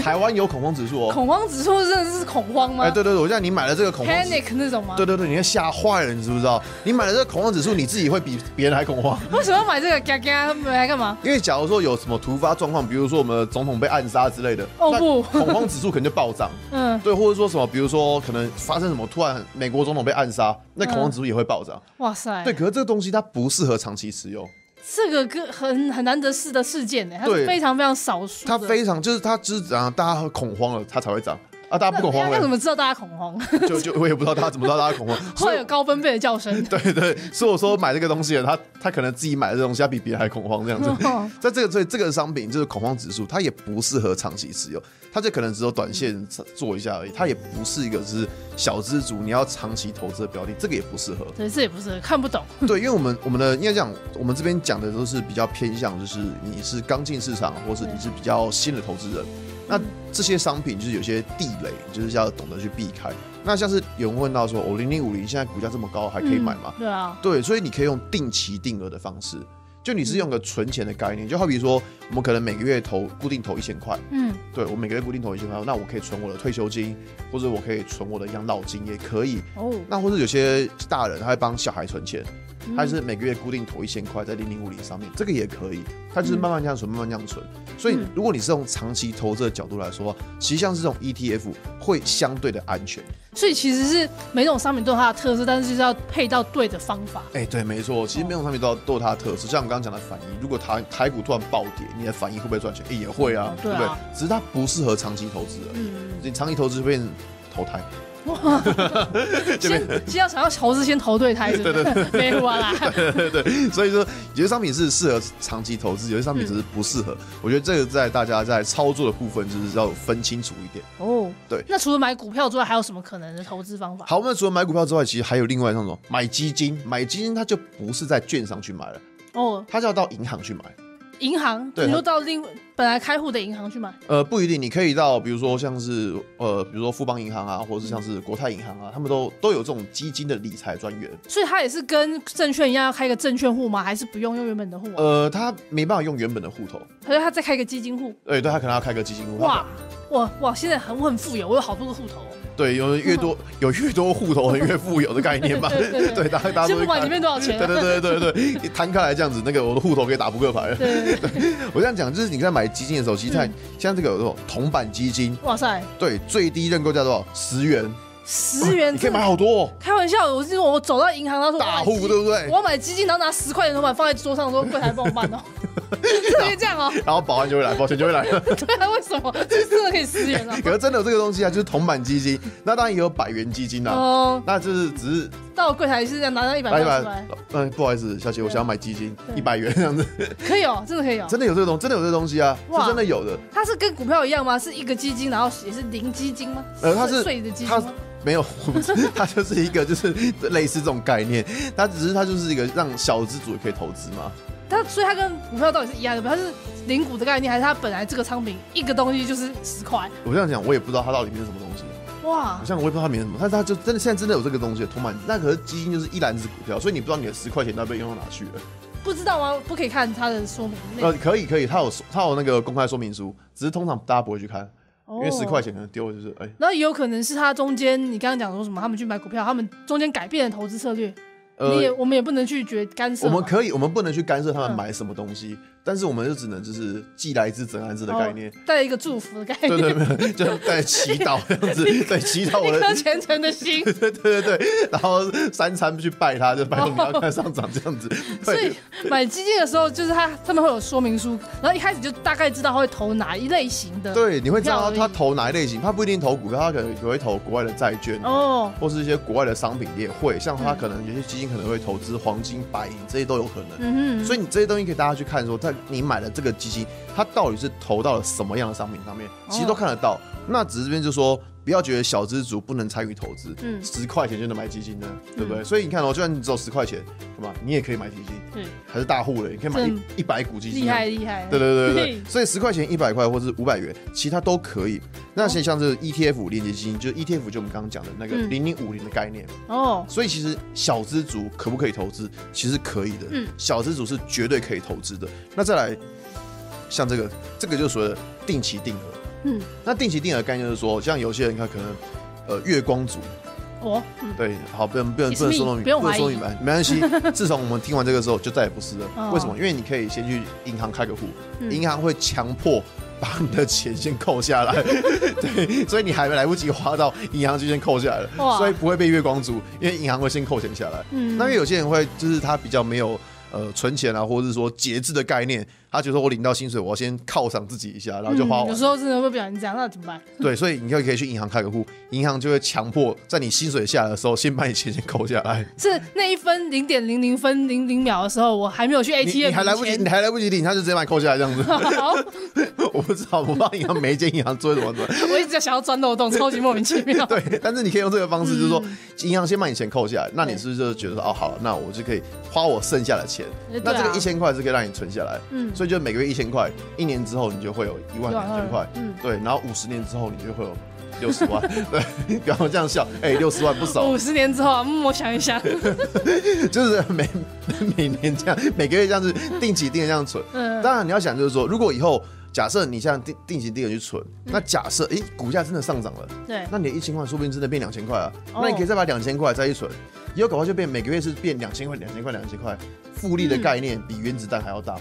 [SPEAKER 2] 台湾有恐慌指数 哦。
[SPEAKER 1] 恐慌指数真的是恐慌吗？
[SPEAKER 2] 哎，对对对，我像你买了这个恐慌指数
[SPEAKER 1] panic 那种吗？
[SPEAKER 2] 对对对，你会吓坏了，你知不知道？你买了这个恐慌指数，你自己会比别人还恐慌。
[SPEAKER 1] 为什么要买这个？嘎嘎，他们来干嘛？
[SPEAKER 2] 因为假如说有什么突发状况，比如说我们总统被暗杀之类的，
[SPEAKER 1] 哦
[SPEAKER 2] 那
[SPEAKER 1] 不
[SPEAKER 2] 恐慌指数可能就暴涨。
[SPEAKER 1] 嗯，
[SPEAKER 2] 对，或者说什么，比如说可能发生什么，突然美国总统被暗杀，那恐慌指数也会暴涨。
[SPEAKER 1] 哇塞，
[SPEAKER 2] 对，可是这个东西它不适合长期持有，
[SPEAKER 1] 这个个很很难得是的事件呢，它是
[SPEAKER 2] 对
[SPEAKER 1] 非常非常少数的。
[SPEAKER 2] 它非常就是它只是怎样，大家恐慌了，它才会涨啊，大家
[SPEAKER 1] 那
[SPEAKER 2] 不恐慌
[SPEAKER 1] 那怎
[SPEAKER 2] 了，
[SPEAKER 1] 么知道大家恐慌？
[SPEAKER 2] 就 就我也不知道大家怎么知道大家恐慌，所
[SPEAKER 1] 会
[SPEAKER 2] 以
[SPEAKER 1] 有高分贝的叫声。
[SPEAKER 2] 对对，所以我说买这个东西的，他他可能自己买的这东西，他比别人还恐慌这样子。
[SPEAKER 1] 哦
[SPEAKER 2] 在这个所以这个商品就是恐慌指数，它也不适合长期持有，它就可能只有短线做一下而已，它也不是一个就是小资族你要长期投资的标的，这个也不适合。
[SPEAKER 1] 对，这也不是看不懂。
[SPEAKER 2] 对，因为我们我们的应该讲，我们这边讲的都是比较偏向，就是你是刚进市场，或是你是比较新的投资人。那这些商品就是有些地雷，就是要懂得去避开。那像是有人问到说，哦，零零五零现在股价这么高，还可以买吗？
[SPEAKER 1] 对啊，
[SPEAKER 2] 对，所以你可以用定期定额的方式。就
[SPEAKER 1] 嗯
[SPEAKER 2] 你是用个存钱的概念，就好比说我们可能每个月投固定投一千块，
[SPEAKER 1] 嗯，
[SPEAKER 2] 对我每个月固定投一千块，那我可以存我的退休金，或者我可以存我的养老金也可以。
[SPEAKER 1] 哦，
[SPEAKER 2] 那或者有些大人他会帮小孩存钱，
[SPEAKER 1] 嗯
[SPEAKER 2] 他就是每个月固定投一千块在零零五零上面，这个也可以，他就是
[SPEAKER 1] 嗯
[SPEAKER 2] 慢慢这样存，慢慢这样存。所以
[SPEAKER 1] 嗯
[SPEAKER 2] 如果你是用长期投资的角度来说，其实像是这种 ETF 会相对的安全。
[SPEAKER 1] 所以其实是每种商品都有它的特色，但是就是要配到对的方法。
[SPEAKER 2] 哎、对，没错，其实每种商品都要都有它的特色，像我们刚刚讲的反应，如果台台股突然暴跌，你的反应会不会赚钱？哎也会啊
[SPEAKER 1] 哦，对啊
[SPEAKER 2] 不对？只是它不适合长期投资而已。
[SPEAKER 1] 嗯，
[SPEAKER 2] 你长期投资就变成投胎， 这边
[SPEAKER 1] 先先要想要投资，先投对台，对对对， 没有啊啦，
[SPEAKER 2] 所以说有些商品是适合长期投资，有些商品只是不适
[SPEAKER 1] 嗯
[SPEAKER 2] 合。我觉得这个在大家在操作的部分就是要分清楚一点。
[SPEAKER 1] 哦，
[SPEAKER 2] 对
[SPEAKER 1] 那除了买股票之外，还有什么可能的投资方法？
[SPEAKER 2] 好，那除了买股票之外，其实还有另外那种买基金，买基金它就不是在券商去买了，
[SPEAKER 1] 哦，
[SPEAKER 2] 它就要到银行去买。
[SPEAKER 1] 银行，
[SPEAKER 2] 对
[SPEAKER 1] 你
[SPEAKER 2] 它
[SPEAKER 1] 就到另本来开户的银行去买。
[SPEAKER 2] 呃，不一定，你可以到比如说像是呃，比如说富邦银行啊，或者是像是国泰银行啊，他们都都有这种基金的理财专员。
[SPEAKER 1] 所以它也是跟证券一样要开一个证券户吗？还是不用用原本的户、啊？
[SPEAKER 2] 呃，他没办法用原本的户头，
[SPEAKER 1] 还是他再开一个基金户？
[SPEAKER 2] 对对，他可能要开个基金户。他
[SPEAKER 1] 哇哇哇！现在很我很富有，我有好多个户头哦，
[SPEAKER 2] 对，有 越多有越多户头，越富有的概念吧。
[SPEAKER 1] 对对对
[SPEAKER 2] 对，大家大家
[SPEAKER 1] 先
[SPEAKER 2] 都
[SPEAKER 1] 不
[SPEAKER 2] 会
[SPEAKER 1] 管
[SPEAKER 2] 看
[SPEAKER 1] 里。面多少钱、
[SPEAKER 2] 对
[SPEAKER 1] 啊。
[SPEAKER 2] 对对对对，一摊开来这样子，那个我的户头可以打扑克牌了。
[SPEAKER 1] 对对对，
[SPEAKER 2] 我这样讲，就是你在买基金的时候，其实看
[SPEAKER 1] 嗯
[SPEAKER 2] 像这个有这种铜板基金，
[SPEAKER 1] 哇塞，
[SPEAKER 2] 对，最低认购价多少？十元，
[SPEAKER 1] 十元
[SPEAKER 2] 你可以
[SPEAKER 1] 真的
[SPEAKER 2] 买好多哦，
[SPEAKER 1] 开玩笑，我是我走到银行，他说我
[SPEAKER 2] 大
[SPEAKER 1] 买
[SPEAKER 2] 户
[SPEAKER 1] 基金
[SPEAKER 2] 对不
[SPEAKER 1] 我
[SPEAKER 2] 对？
[SPEAKER 1] 要买基金，然后拿十块钱铜板放在桌上，说柜台帮我 办哦，特 别这样哦，
[SPEAKER 2] 然后保安就会来，保险就会来。
[SPEAKER 1] 对啊，为什么？这真的可以十元哦。
[SPEAKER 2] 可是真的有这个东西啊，就是铜板基金，那当然也有百元基金啦、
[SPEAKER 1] 哦，
[SPEAKER 2] 那就是只是
[SPEAKER 1] 到柜台是这样拿到一百
[SPEAKER 2] 百
[SPEAKER 1] 块
[SPEAKER 2] 一
[SPEAKER 1] 出来
[SPEAKER 2] 百，，嗯，不好意思，小姐，我想要买基金，
[SPEAKER 1] 对
[SPEAKER 2] 一百元这样子，
[SPEAKER 1] 可以哦，真的可以哦。
[SPEAKER 2] 真的有这个东，真的有这个东西啊，
[SPEAKER 1] 哇
[SPEAKER 2] 是真的有的，
[SPEAKER 1] 它是跟股票一样吗？是一个基金，然后也是零基金吗？
[SPEAKER 2] 呃它是
[SPEAKER 1] 税的基金
[SPEAKER 2] 它
[SPEAKER 1] 吗？
[SPEAKER 2] 没有， 我不知它就是一个就是类似这种概念，它只是它就是一个让小资主也可以投资嘛，
[SPEAKER 1] 它所以它跟股票到底是一样的吗？它是零股的概念，还是它本来这个商品一个东西就是十块？
[SPEAKER 2] 我这样讲，我也不知道它到底里面是什么东西，
[SPEAKER 1] 哇
[SPEAKER 2] 好，像我也不知道它里面是什么，但是它就真的现在真的有这个东西，同满，那可是基金就是一篮子股票，所以你不知道你的十块钱到底被用到哪去了。
[SPEAKER 1] 不知道吗？不可以看它的说明内
[SPEAKER 2] 呃，可以可以，它有它有那个公开说明书，只是通常大家不会去看，因
[SPEAKER 1] 容，
[SPEAKER 2] 为十块
[SPEAKER 1] 哦。
[SPEAKER 2] 钱可能丢了就是哎、
[SPEAKER 1] 然后也有可能是它中间，你刚刚讲说什么？他们去买股票，他们中间改变了投资策略，你也我们也不能去决干涉
[SPEAKER 2] 呃我
[SPEAKER 1] 嘛。
[SPEAKER 2] 们可以，我们不能去干涉他们
[SPEAKER 1] 嗯
[SPEAKER 2] 买什么东西，但是我们就只能就是既来之则安之的概念。
[SPEAKER 1] 哦 带一个祝福的概
[SPEAKER 2] 对
[SPEAKER 1] 念，
[SPEAKER 2] 对对， 就是在祈祷这样子，对祈祷我
[SPEAKER 1] 一
[SPEAKER 2] 的，
[SPEAKER 1] 颗虔诚的心。
[SPEAKER 2] 对对对对，然后三餐去拜他，就拜托你要看上涨这样子。
[SPEAKER 1] 哦所以
[SPEAKER 2] 对，
[SPEAKER 1] 买基金的时候，就是它上面会有说明书，然后一开始就大概知道它会投哪一类型的。
[SPEAKER 2] 对，你会知
[SPEAKER 1] 票
[SPEAKER 2] 道
[SPEAKER 1] 而已
[SPEAKER 2] 他投哪一类型，他不一定投股票，他可能也会投国外的债券，啊
[SPEAKER 1] 哦，
[SPEAKER 2] 或是一些国外的商品也会，像他
[SPEAKER 1] 嗯
[SPEAKER 2] 可能有些基金可能会投资黄金、白银，这些都有可能。
[SPEAKER 1] 嗯哼，
[SPEAKER 2] 所以你这些东西可以大家去看说，在你买的这个基金，它到底是投到了什么样的商品上面，
[SPEAKER 1] 哦
[SPEAKER 2] 其实都看得到。那只是这边就说，不要觉得小资族不能参与投资，
[SPEAKER 1] 嗯
[SPEAKER 2] 十块钱就能买基金呢，对不对？所以你看哦，就算你只有十块钱，对吧？你也可以买基金，
[SPEAKER 1] 对，
[SPEAKER 2] 还是大户的，你可以买
[SPEAKER 1] 真
[SPEAKER 2] 一一百股基金，啊
[SPEAKER 1] 厉害。厉害。
[SPEAKER 2] 对对对对
[SPEAKER 1] 嘿
[SPEAKER 2] 对，所以十块钱、一百块或是五百元，其他都可以。那些像这个 E ETF 连接基金，就是 ETF 就我们刚刚讲的那个
[SPEAKER 1] 哦嗯
[SPEAKER 2] 零零五零的概念，
[SPEAKER 1] 哦，
[SPEAKER 2] 所以其实小资族可不可以投资？其实可以的，
[SPEAKER 1] 嗯
[SPEAKER 2] 小资族是绝对可以投资的。那再来，像这个，这个就是所谓的定期定额。
[SPEAKER 1] 嗯，
[SPEAKER 2] 那定期定额概念就是说，像有些人他可能。呃，月光族
[SPEAKER 1] 哦，嗯
[SPEAKER 2] 对，好，不能不能
[SPEAKER 1] It's
[SPEAKER 2] 不能
[SPEAKER 1] me，
[SPEAKER 2] 说明，
[SPEAKER 1] 不用
[SPEAKER 2] 不能
[SPEAKER 1] 怀疑
[SPEAKER 2] 说明白，没 关系。自从我们听完这个之后，就再也不是了。
[SPEAKER 1] 哦
[SPEAKER 2] 为什么？因为你可以先去银行开个户，
[SPEAKER 1] 嗯
[SPEAKER 2] 银行会强迫把你的钱先扣下 来，对，所以你还没来不及花到，银行就先扣下来了，
[SPEAKER 1] 哇
[SPEAKER 2] 所以不会被月光族，因为银行会先扣钱下来。
[SPEAKER 1] 嗯
[SPEAKER 2] 那因为有些人会就是他比较没有呃存钱啊，或者是说节制的概念，他觉得我领到薪水，我要先犒赏自己一下，然后就
[SPEAKER 1] 嗯
[SPEAKER 2] 花
[SPEAKER 1] 有
[SPEAKER 2] 完。
[SPEAKER 1] 时候真的会不小心这样，那怎么办？
[SPEAKER 2] 对，所以你就可以去银行开个户，银行就会强迫在你薪水下来的时候，先把你钱先扣下来。
[SPEAKER 1] 是那一分零点零零分零零秒的时候，我还没有去 ATM，
[SPEAKER 2] 你你还来不及，
[SPEAKER 1] 以
[SPEAKER 2] 你
[SPEAKER 1] 前。
[SPEAKER 2] 还来不及领，他就直接把你扣下来这样子。
[SPEAKER 1] 好，
[SPEAKER 2] 我不知道，我不知道银行每一间银行做怎么做。
[SPEAKER 1] 我一直在想要钻漏洞，超级莫名其妙。
[SPEAKER 2] 对，但是你可以用这个方式，就是说
[SPEAKER 1] 嗯
[SPEAKER 2] 银行先把你钱扣下来，那你
[SPEAKER 1] 对
[SPEAKER 2] 是不是就觉得说哦好，那我就可以花我剩下的钱
[SPEAKER 1] 哎对？
[SPEAKER 2] 那这
[SPEAKER 1] 啊
[SPEAKER 2] 个一千块是可以让你存下来，
[SPEAKER 1] 嗯，
[SPEAKER 2] 所以就每个月一千块，一年之后你就会有一万两千块，
[SPEAKER 1] 嗯
[SPEAKER 2] 对，然后五十年之后你就会有六十万， 对，不要这样笑，哎、六十万不少，
[SPEAKER 1] 五十年之后啊，嗯，我想一 想，
[SPEAKER 2] 就是每 每年这样，每个月这样子定期定额这样存。
[SPEAKER 1] 嗯
[SPEAKER 2] 当然你要想就是说，如果以后假设你像定定期定额去存，那
[SPEAKER 1] 嗯
[SPEAKER 2] 假设诶股价真的上涨了，
[SPEAKER 1] 对，
[SPEAKER 2] 那你的一千块说不定真的变两千块啊，
[SPEAKER 1] 哦
[SPEAKER 2] 那你可以再把两千块再去存，以后搞不好就变每个月是变两千块、两千块、两千块，复利的
[SPEAKER 1] 嗯
[SPEAKER 2] 概念比原子弹还要大嘛，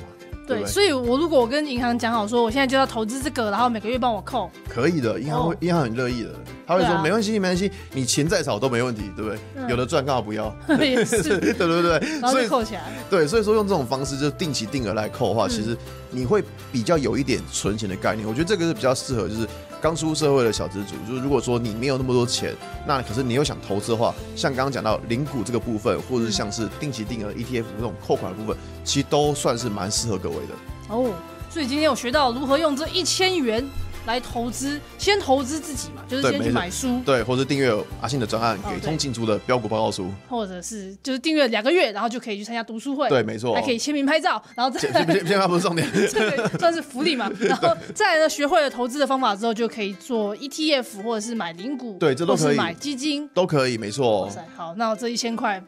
[SPEAKER 1] 对，
[SPEAKER 2] 对不对？
[SPEAKER 1] 所以我如果我跟银行讲好说，我现在就要投资这个，然后每个月帮我扣，
[SPEAKER 2] 可以的，银行会
[SPEAKER 1] 哦
[SPEAKER 2] 银行很乐意的，他会
[SPEAKER 1] 对
[SPEAKER 2] 说
[SPEAKER 1] 啊
[SPEAKER 2] 没关系，没关系，你钱再少都没问题，对不
[SPEAKER 1] 嗯
[SPEAKER 2] 对？有的赚刚好 不要，
[SPEAKER 1] 也
[SPEAKER 2] 对
[SPEAKER 1] 是，
[SPEAKER 2] 对对对，
[SPEAKER 1] 然后
[SPEAKER 2] 所以
[SPEAKER 1] 就扣起来。
[SPEAKER 2] 对，所以说用这种方式就是定期定额来扣
[SPEAKER 1] 嗯
[SPEAKER 2] 的话，其实你会比较有一点存钱的概念。我觉得这个是比较适合就是刚出社会的小资主，就是如果说你没有那么多钱，那可是你又想投资的话，像刚刚讲到零股这个部分，或者是像是定期定额 ETF 这种扣款的部分，
[SPEAKER 1] 嗯
[SPEAKER 2] 其实都算是蛮适合各位的。
[SPEAKER 1] 哦，所以今天我学到如何用这一千元来投资，先投资自己嘛，就是
[SPEAKER 2] 对
[SPEAKER 1] 先去
[SPEAKER 2] 没错
[SPEAKER 1] 买书，
[SPEAKER 2] 对，或者订阅阿信的专案
[SPEAKER 1] 哦
[SPEAKER 2] 给
[SPEAKER 1] 对
[SPEAKER 2] 通进出的标股报告书。
[SPEAKER 1] 或者是就是订阅两个月，然后就可以去参加读书会，
[SPEAKER 2] 对，没错。
[SPEAKER 1] 还可以签名拍照，然后再
[SPEAKER 2] 这。这这这不是重点。
[SPEAKER 1] 这个算是福利 嘛，然后再来呢，学会了投资的方法之后，就可以做 ETF 或者是买零股，
[SPEAKER 2] 对这都
[SPEAKER 1] 或是
[SPEAKER 2] 可以
[SPEAKER 1] 买基金。
[SPEAKER 2] 都可以，没错
[SPEAKER 1] 哇。塞，好，那我这一千块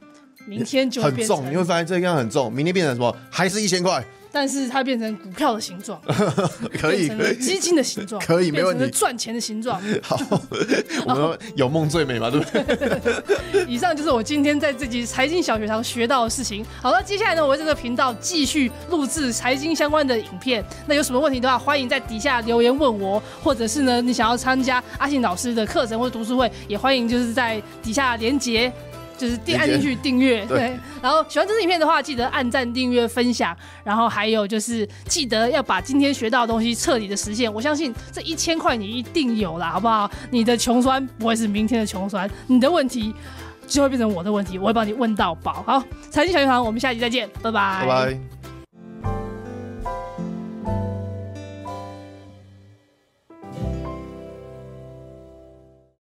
[SPEAKER 1] 明天就会
[SPEAKER 2] 很
[SPEAKER 1] 变
[SPEAKER 2] 重，你
[SPEAKER 1] 成，
[SPEAKER 2] 会发现这样很重，明天变成什么？还是一 千块？
[SPEAKER 1] 但是它变成股票的形状，
[SPEAKER 2] 可
[SPEAKER 1] 变
[SPEAKER 2] 以，
[SPEAKER 1] 成
[SPEAKER 2] 可
[SPEAKER 1] 了
[SPEAKER 2] 以。
[SPEAKER 1] 基金的形状，
[SPEAKER 2] 可以没
[SPEAKER 1] 变
[SPEAKER 2] 问
[SPEAKER 1] 成
[SPEAKER 2] 题
[SPEAKER 1] 了赚钱的形状。
[SPEAKER 2] 好，我们有梦最美嘛，对不对？
[SPEAKER 1] 以上就是我今天在这集财经小学堂学到的事情。好了，接下来呢，我会在这个频道继续录制财经相关的影片。那有什么问题的话，欢迎在底下留言问我，或者是呢，你想要参加阿信老师的课程或读书会，也欢迎就是在底下连结。就是订按进去订阅，
[SPEAKER 2] 对
[SPEAKER 1] 对。然后喜欢这支影片的话，记得按赞、订阅、分享，然后还有就是记得要把今天学到的东西彻底的实现。我相信这一千块你一定有啦，好不好？你的穷酸不会是明天的穷酸，你的问题就会变成我的问题，我会帮你问到饱。好，财经小学堂，我们下期再见，拜拜，
[SPEAKER 2] 拜拜。